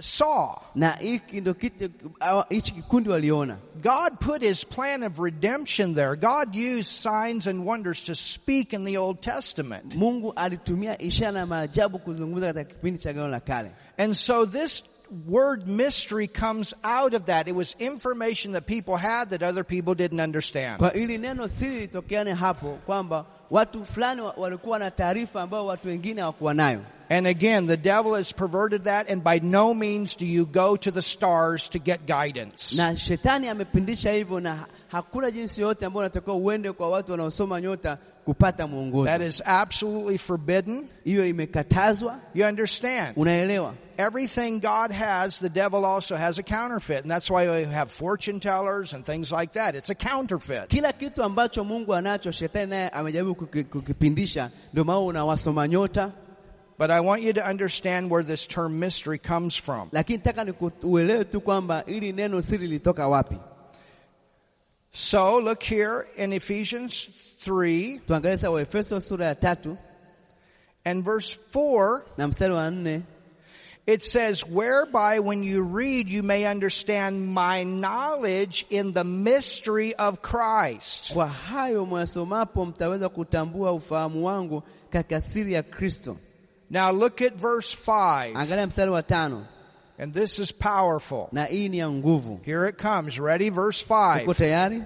saw.
Na hiki ndio kitu hawa- hichi kikundi waliona.
God put his plan of redemption there. God used signs and wonders to speak in the Old Testament.
Mungu alitumia ishara na maajabu kuzungumza katika kipindi cha Agano la Kale.
And so this word mystery comes out of that. It was information that people had that other people didn't understand.
Kwa ili neno siri litokeane hapo kwamba watu fulani wa- walikuwa na taarifa ambayo watu wengine hawakuwa nayo.
And again, the devil has perverted that, and by no means do you go to the stars to get guidance.
Na shetani amepindisha hivyo na ha- hakuna jinsi yoyote ambayo unatakiwa uende kwa watu wanaosoma nyota kupata mwongozo.
That is absolutely forbidden.
Hiyo imekatazwa,
You understand?
unaelewa?
Everything God has, the devil also has a counterfeit, and that's why we have fortune tellers and things like that. It's a counterfeit.
Kila kitu ambacho Mungu anacho shetani naye amejaribu kuki- kukipindisha. Ndio maana una wasoma nyota,
But I want you to understand where this term mystery comes from.
lakini nataka nikuuelewe tu kwamba ili neno siri lilitoka wapi.
So look here in Ephesians 3
Tuangalie sasa Waefeso sura ya tatu
and verse 4.
na mstari wa nne
It says, whereby when you read, you may understand my knowledge in the mystery of Christ.
Kwa hayo mwasomapo mtaweza kutambua ufahamu wangu katika siri ya Kristo.
Now look at verse 5,
Angalia mstari wa tano,
and this is powerful.
na hii ni ya nguvu.
Here it comes. Ready? Verse
Uko
5.
tayari?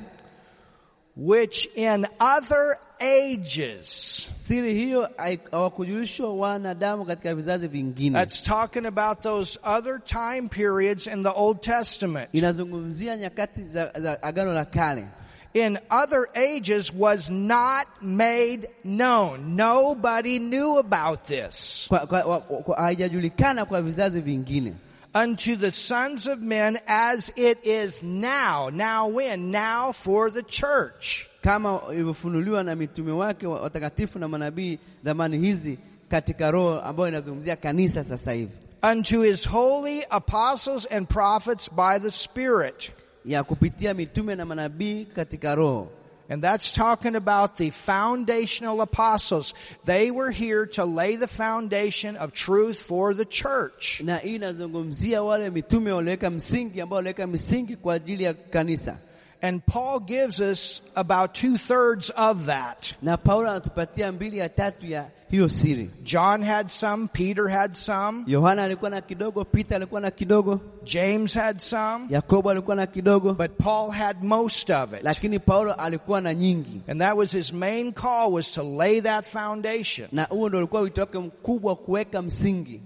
Which in other ages,
Siri hiyo hai- hawakujulishwa wanadamu katika vizazi vingine.
that's talking about those other time periods in the Old Testament.
Inazungumzia nyakati za, za Agano la Kale,
In other ages was not made known. Nobody knew about this.
Kwa- kwa- wa- kwa- haijajulikana kwa vizazi vingine.
unto the sons of men as it is now. Now when? Now for the church.
kama ilivyofunuliwa na mitume wake wa- watakatifu na manabii zamani hizi katika roho ambayo inazungumzia kanisa sasa hivi
Unto his holy apostles and prophets by the Spirit.
ya kupitia mitume na manabii katika roho
And that's talking about the foundational apostles. They were here to lay the foundation of truth for the church.
na hii inazungumzia wale mitume walioweka msingi ambao waliweka misingi kwa ajili ya kanisa
And Paul gives us about two thirds of that.
na Paulo anatupatia mbili ya tatu ya hiyo siri.
John had some, Peter had some,
Yohana alikuwa na kidogo, Peter alikuwa na kidogo,
James had some,
Yakobo alikuwa na kidogo,
but Paul had most of it.
lakini Paulo alikuwa na nyingi,
And that was his main call was to lay that foundation.
na huo ndio ulikuwa wito wake mkubwa, kuweka msingi.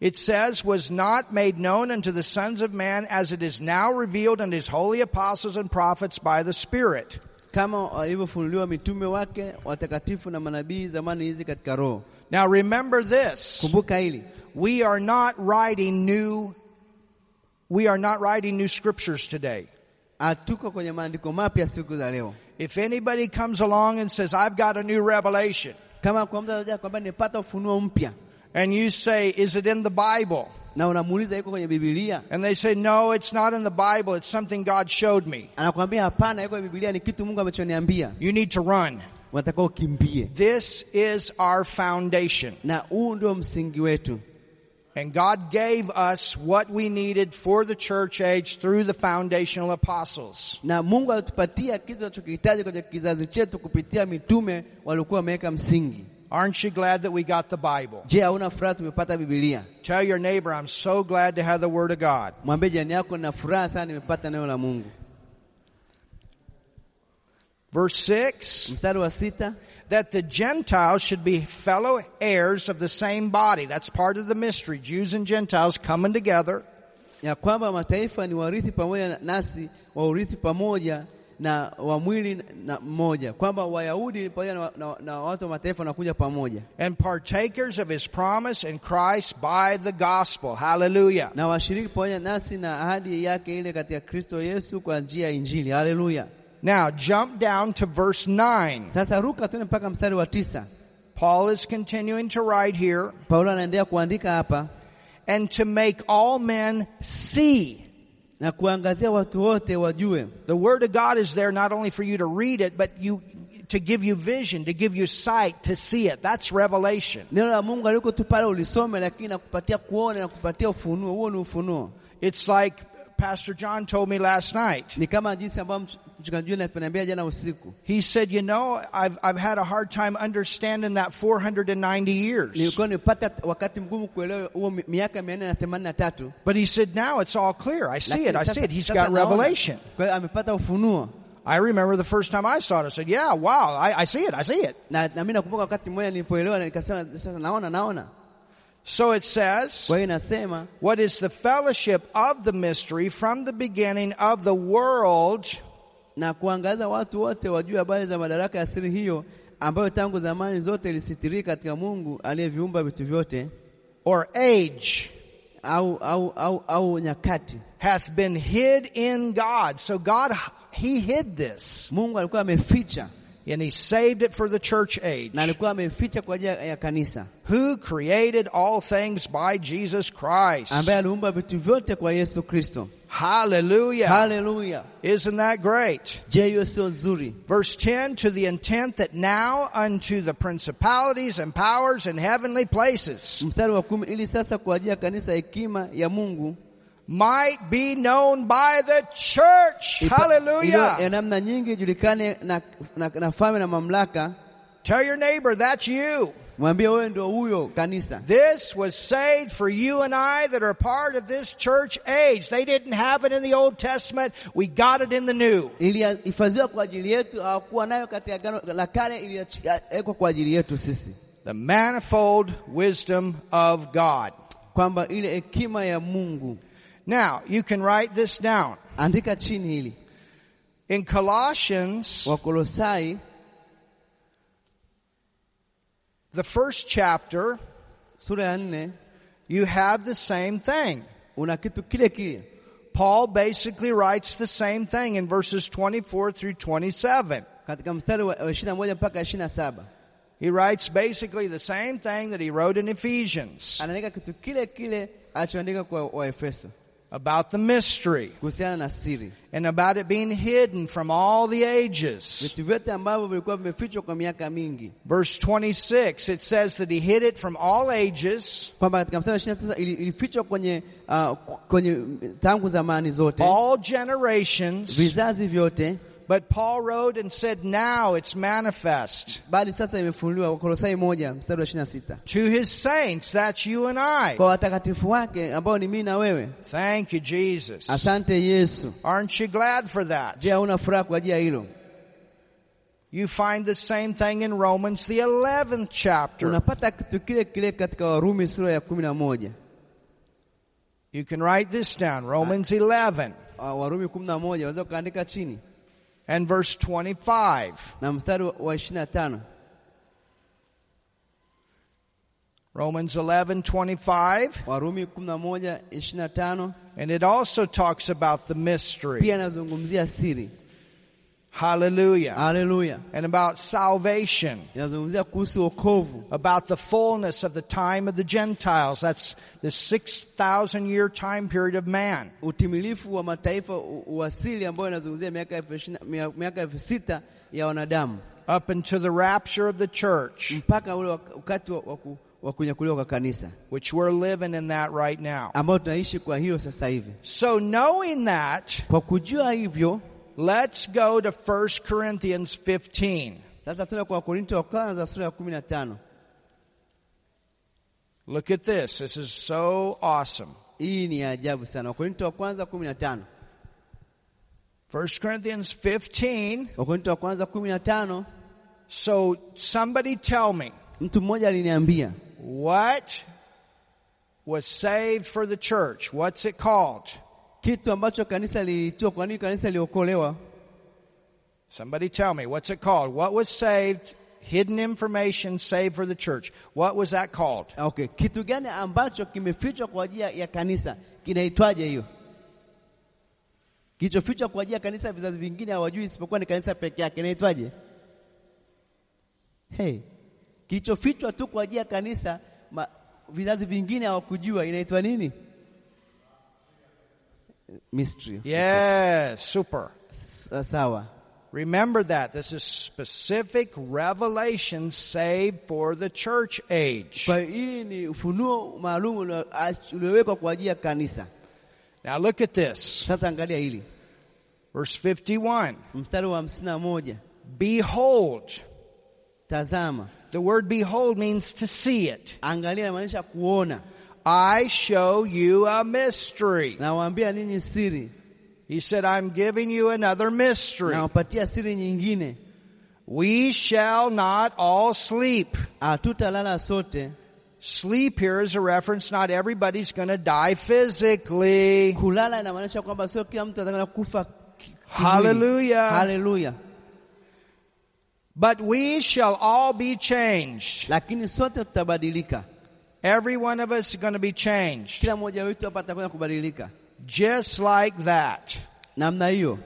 It says, was not made known unto the sons of man as it is now revealed unto his holy apostles and prophets by the Spirit.
kama walivyofunuliwa mitume wake watakatifu na manabii zamani hizi katika Roho.
Now remember this.
Kumbuka hili,
We are not writing new, we are not writing new scriptures today.
hatuko kwenye maandiko mapya siku za leo.
If anybody comes along and says, I've got a new revelation,
Kama kwa mtu anakuja kwamba nimepata ufunuo mpya
and you say, is it in the Bible?
na unamuuliza iko kwenye Biblia,
And they say, no, it's not in the Bible. It's something God showed me.
anakuambia hapana, iko kwenye Biblia, ni kitu Mungu amechoniambia,
You need to run.
unatakiwa ukimbie.
This is our foundation.
na huu ndio msingi wetu
And God gave us what we needed for the church age through the foundational apostles.
na Mungu alitupatia kitu tunachokihitaji kwenye kizazi chetu kupitia mitume waliokuwa wameweka msingi.
Aren't you glad that we got the Bible?
Je, hauna furaha tumepata Biblia?
Tell your neighbor, I'm so glad to have the Word of God.
Mwambie jirani yako, na furaha sana nimepata neno la Mungu.
Verse 6
Mstari wa sita,
that the Gentiles should be fellow heirs of the same body. That's part of the mystery. Jews and Gentiles coming together.
ya kwamba mataifa ni warithi pamoja na- nasi, waurithi pamoja na wa mwili na mmoja, kwamba Wayahudi pamoja na, na, na watu wa mataifa wanakuja pamoja
and partakers of his promise in Christ by the gospel. Hallelujah.
na washiriki pamoja nasi na ahadi yake ile katika Kristo Yesu kwa njia ya Injili. Haleluya!
Now jump down to verse 9.
Sasa ruka tuende mpaka mstari wa tisa.
Paul is continuing to write here
Paulo anaendelea kuandika hapa
and to make all men see.
na kuangazia watu wote wajue.
The word of God is there not only for you to read it, but you to give you vision, to give you sight, to see it. That's revelation.
Neno la Mungu aliko tu pale ulisome, lakini nakupatia kuona na kupatia ufunuo. Huo ni ufunuo,
It's like Pastor John told me last night.
ni kama jinsi ambavyo mch- mchungaji wetu ananiambia jana usiku.
He said, you know, I've, I've had a hard time understanding that 490 years.
Nilikuwa nimepata wakati mgumu kuelewa huo mi- miaka mia nne na themanini na tatu.
But he said, now it's all clear. I see
Lakini
it. I
sasa-
see it. He's
sasa
got
naona.
revelation.
Kwa hiyo amepata ufunuo
I remember the first time I saw it. I said, yeah, wow, I, I see it. I see it.
na, na mimi nakumbuka wakati mmoja nilipoelewa na nikasema sasa naona naona.
So it says,
Kwa hiyo inasema
what is the fellowship of the mystery from the beginning of the world
na kuangaza watu wote wajue habari za madaraka ya siri hiyo ambayo tangu zamani zote ilisitirika katika Mungu aliyeviumba vitu vyote
or age
au, au, au, au nyakati.
hath been hid in God? So God, he hid this
Mungu alikuwa ameficha
and he saved it for the church age.
na alikuwa ameficha kwa ajili ya kanisa,
Who created all things by Jesus Christ?
ambaye aliumba vitu vyote kwa Yesu Kristo.
Hallelujah.
Haleluya!
Isn't that great?
Je, hiyo sio nzuri?
Verse 10, to the intent that now unto the principalities and powers in heavenly places
Mstari wa kumi, ili sasa kwa ajili ya kanisa hekima ya Mungu
might be known by the church.
ipa- iliyo ya
Hallelujah.
namna nyingi ijulikane na, na, na falme na mamlaka.
Tell your neighbor, that's you.
Mwambie wewe ndio huyo kanisa.
This was saved for you and I that are part of this church age. They didn't have it in the Old Testament. We got it in the New.
ilihifadhiwa kwa ajili yetu, hawakuwa nayo katika agano la kale, iliwekwa kwa ajili yetu sisi,
The manifold wisdom of God.
kwamba ile hekima ya Mungu.
Now, you can write this down.
Andika chini hili,
In Colossians,
Wakolosai
the first chapter,
sura ya nne
you have the same thing.
una kitu kile kile.
Paul basically writes the same thing in verses 24 through 27.
Katika mstari wa ishirini na moja mpaka ishirini na saba
He writes basically the same thing that he wrote in Ephesians
anaandika kitu kile kile alichoandika kwa Waefeso
about the mystery
kuhusiana na siri,
and about it being hidden from all the ages.
vitu vyote ambavyo vilikuwa vimefichwa kwa miaka mingi,
Verse 26, it says that he hid it from all ages,
kwamba katika mstari wa ishirini na tisa ili- ilifichwa kwenye, ah, ku- kwenye tangu zamani zote
all generations.
vizazi vyote,
But Paul wrote and said, now it's manifest
bali sasa imefunuliwa. Wakolosai moja mstari wa ishirini na sita
to his saints. That's you and I.
kwa watakatifu wake ambao ni mimi na wewe.
Thank you, Jesus.
Asante Yesu.
Aren't you glad for that?
Je, hauna furaha kwa ajili ya hilo?
You find the same thing in Romans, the 11th chapter.
Unapata kitu kile kile katika Warumi sura ya kumi na moja
You can write this down. Romans 11
Ah, Warumi kumi na moja waweza ukaandika chini
and verse 25.
na mstari wa- wa ishirini na tano
Romans 11, 25.
Warumi kumi na moja ishirini na tano
And it also talks about the mystery.
pia inazungumzia siri.
Hallelujah.
Haleluya,
And about salvation.
inazungumzia kuhusu wokovu,
About the fullness of the time of the Gentiles. That's the 6,000 year time period of man.
utimilifu wa mataifa u- uasili ambayo inazungumzia miaka elfu ishirini mia- miaka elfu sita ya wanadamu
Up until the rapture of the church,
mpaka ule wak- wakati wa- wa ku- wa kunyakuliwa kwa kanisa
which we're living in that right now.
ambao tunaishi kwa hiyo sasa hivi.
So knowing that,
Kwa kujua hivyo,
Let's go to 1 Corinthians 15.
sasa tuna kwa Wakorinto wa kwanza sura ya kumi na tano.
Look at this. This is so awesome.
Hii ni ya ajabu sana. Wakorinto wa kwanza kumi na tano
1 Corinthians 15.
Wakorinto wa kwanza kumi na tano
So somebody tell me,
mtu mmoja aliniambia
what was saved for the church? What's it called?
kitu ambacho kanisa liliitiwa. Kwa nini kanisa liliokolewa?
Somebody tell me, what's it called? What was saved? Hidden information saved for the church. What was that called?
Okay, kitu gani ambacho kimefichwa kwa ajili ya- ya kanisa kinaitwaje? Hiyo kilichofichwa kwa ajili ya kanisa, vizazi vingine hawajui isipokuwa ni kanisa peke yake, inaitwaje? Hey, kilichofichwa tu kwa ajili ya kanisa, ma, vizazi vingine hawakujua, inaitwa nini? Mystery.
Yes, super.
S- Sawa.
Remember that. This is specific revelation saved for the church age.
Kwa hiyo hii ni ufunuo maalum ulio- ach- uliowekwa kwa ajili ya kanisa.
Now look at this.
Sasa angalia hili
Verse 51.
mstari wa hamsini na moja.
Behold.
Tazama,
The word behold means to see it.
angalia inamaanisha kuona.
I show you a mystery.
Nawaambia ninyi siri,
He said, I'm giving you another mystery.
nawapatia siri nyingine,
We shall not all sleep.
hatutalala sote.
Sleep here is a reference, not everybody's gonna die physically.
Kulala inamaanisha kwamba sio kila mtu atakwenda kufa. ki- kimwili.
Hallelujah.
haleluya!
But we shall all be changed.
Lakini sote tutabadilika,
Every one of us is gonna be changed.
kila mmoja wetu hapa atakwenda kubadilika
Just like that.
namna hiyo,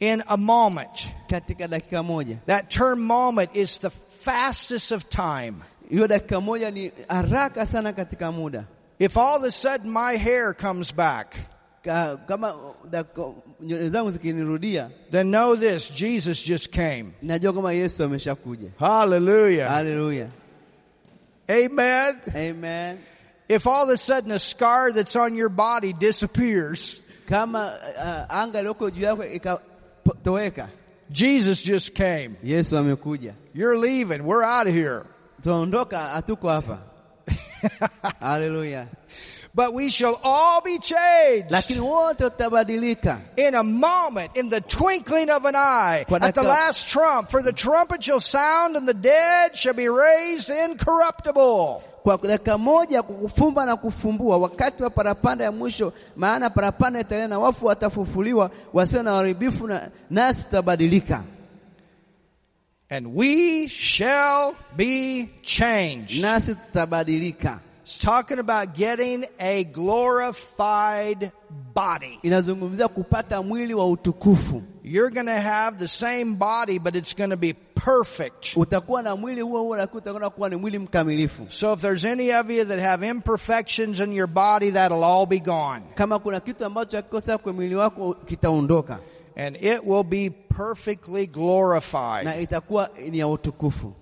In a moment.
katika dakika moja.
That term moment is the fastest of time.
Hiyo dakika moja ni haraka sana katika muda.
If all of a sudden my hair comes back,
Ka, kama dakika- nywele zangu zikinirudia,
then know this, Jesus just came.
najua kama Yesu ameshakuja.
Hallelujah.
Haleluya,
Amen.
amen.
If all of a sudden a scar that's on your body disappears,
kama uh, anga iliyoko juu yako ikatoweka,
Jesus just came.
Yesu amekuja,
You're leaving. We're out of here.
tunaondoka, hatuko hapa. Haleluya!
But we shall all be changed
Lakini wote tutabadilika
in a moment, in the twinkling of an eye,
Kwa
at the
dakika-
last trump. For the trumpet shall sound and the dead shall be raised incorruptible.
kwa dakika moja, kukufumba na kufumbua, wakati wa parapanda ya mwisho. Maana parapanda italia na wafu watafufuliwa wasio na uharibifu, na nasi tutabadilika,
And we shall be changed.
nasi tutabadilika.
It's talking about getting a glorified body.
inazungumzia kupata mwili wa utukufu.
You're going to have the same body, but it's going to be perfect.
Utakuwa na mwili huo huo, lakini utakwenda kuwa ni mwili mkamilifu.
So if there's any of you that have imperfections in your body, that'll all be gone.
Kama kuna kitu ambacho hakiko sawa kwa mwili wako, kitaondoka
And it will be perfectly glorified.
na itakuwa ni ya utukufu.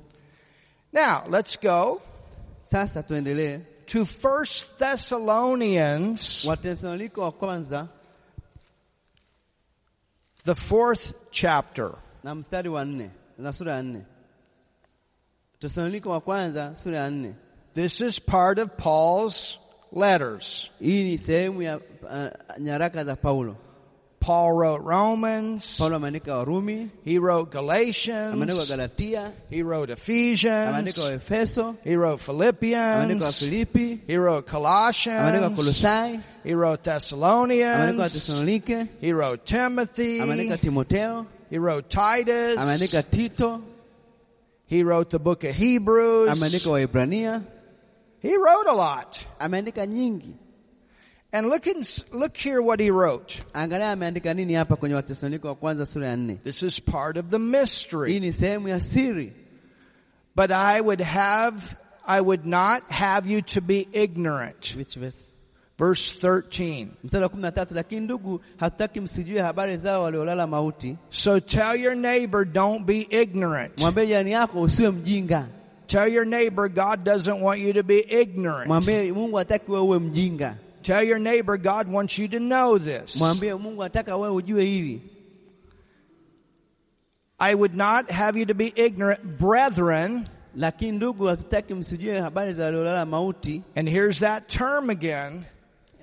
Now, let's go
Sasa tuendelee.
to First Thessalonians,
Wathesalonike wa kwanza
the fourth chapter.
na mstari wa nne na sura ya nne. Wathesalonike wa kwanza sura ya nne.
This is part of Paul's letters.
Hii ni sehemu ya uh, nyaraka za Paulo.
Paul wrote Romans,
Paulo ameandika Warumi,
he wrote
ameandika
Galatians,
Galatia,
he wrote
ameandika
Ephesians,
Efeso,
he wrote
ameandika wa
Philippians,
Filipi,
he wrote
ameandika
Colossians,
Kolosai,
he wrote
ameandika
Thessalonians,
Wathesalonike,
he wrote Timothy,
ameandika Timoteo,
he wrote Titus,
ameandika Tito,
he wrote the book of Hebrews,
ameandika Waebrania,
he wrote a lot.
ameandika nyingi.
And look, in, look here what he wrote.
Angalia ameandika nini hapa kwenye Wathesalonike wa kwanza sura ya nne.
This is part of the
Hii
mystery.
ni sehemu ya siri.
But I would have, I would not have you to be ignorant.
Which verse?
Verse 13.
Mstari wa kumi na tatu. Lakini ndugu, hatutaki msijue habari zao waliolala mauti.
So tell your neighbor, don't be ignorant.
Mwambie jirani yako usiwe mjinga.
Tell your neighbor, God doesn't want you to be ignorant.
Mwambie Mungu hataki wewe uwe mjinga.
Tell your neighbor, God wants you to know this.
Mwambie Mungu hataka wewe ujue hili.
I would not have you to be ignorant, brethren.
Lakini ndugu, hatutaki msijue habari za waliolala mauti.
And here's that term again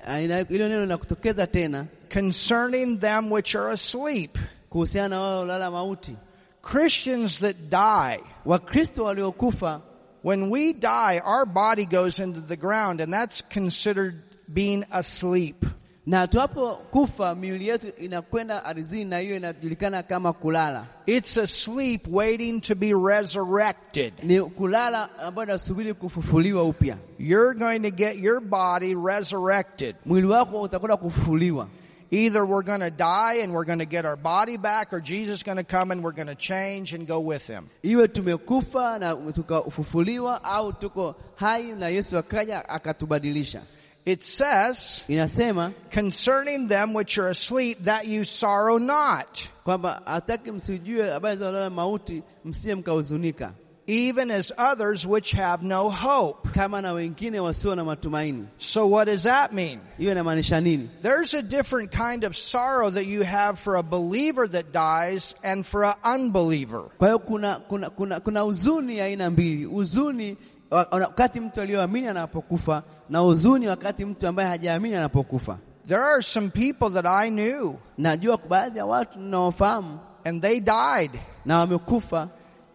Ah, ina- Hilo neno linakutokeza tena
concerning them which are asleep.
kuhusiana na wale waliolala mauti.
Christians that die.
Wakristo waliokufa
When we die, our body goes into the ground, and that's considered being asleep.
na tunapokufa miili yetu inakwenda ardhini, na hiyo inajulikana kama kulala.
It's asleep waiting to be resurrected.
Ni kulala ambayo inasubiri kufufuliwa upya.
You're going to get your body resurrected.
Mwili wako utakwenda kufufuliwa,
Either we're going to die and we're going to get our body back, or Jesus is going to come and we're going to change and go with him.
iwe tumekufa na tukafufuliwa au tuko hai na Yesu akaja akatubadilisha.
It says,
Inasema
concerning them which are asleep, that you sorrow not,
kwamba hataki msijue habari za walala mauti, msije mkahuzunika
even as others which have no hope.
kama na wengine wasio na matumaini.
So what does that mean?
Hiyo inamaanisha nini?
There's a different kind of sorrow that you have for a believer that dies and for an unbeliever.
Kwa hiyo kuna kuna kuna kuna huzuni ya aina mbili, huzuni wa- wa- wakati mtu aliyoamini anapokufa na huzuni wakati mtu ambaye hajaamini anapokufa.
There are some people that I knew
Najua baadhi ya watu ninaofahamu
and they died.
na wamekufa,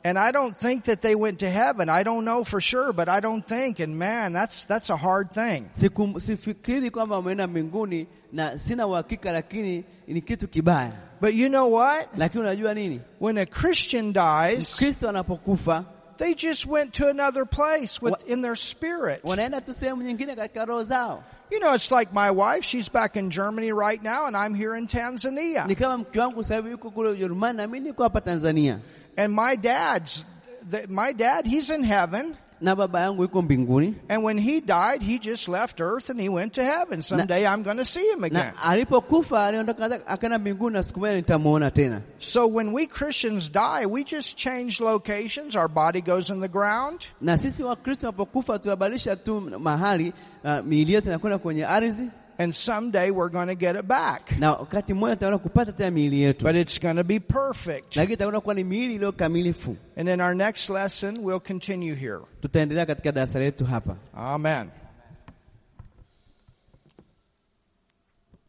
And I don't think that they went to heaven. I don't know for sure, but I don't think. And man, that's, that's a hard thing.
sikum, sifikiri kwamba wameenda mbinguni na sina uhakika, lakini ni kitu kibaya.
But you know what?
Lakini unajua nini,
When a Christian dies,
Kristo anapokufa
they just went to another place with, in their spirit.
wanaenda tu sehemu nyingine katika roho zao.
You know, it's like my wife. She's back in Germany right now and I'm here in Tanzania.
Ni kama mke wangu sasa hivi yuko kule Ujerumani na mimi niko hapa Tanzania,
And my dad's, th my dad, he's in heaven.
na baba yangu yuko mbinguni,
And when he died, he just left earth and he went to heaven. Someday I'm going to see him again.
na alipokufa aliondoka akaenda mbinguni, na siku moja nitamuona tena.
So when we Christians die, we just change locations. Our body goes in the ground.
Na sisi Wakristo tunapokufa tunabadilisha tu mahali, uh, miili yetu inakwenda kwenye ardhi,
And someday we're going to get it back.
na wakati mmoja tutaenda kupata tena miili yetu,
But it's going to be perfect.
lakini itakwenda kuwa ni miili iliyo kamilifu.
And in our next lesson, we'll continue here.
Tutaendelea katika darasa letu hapa.
Amen.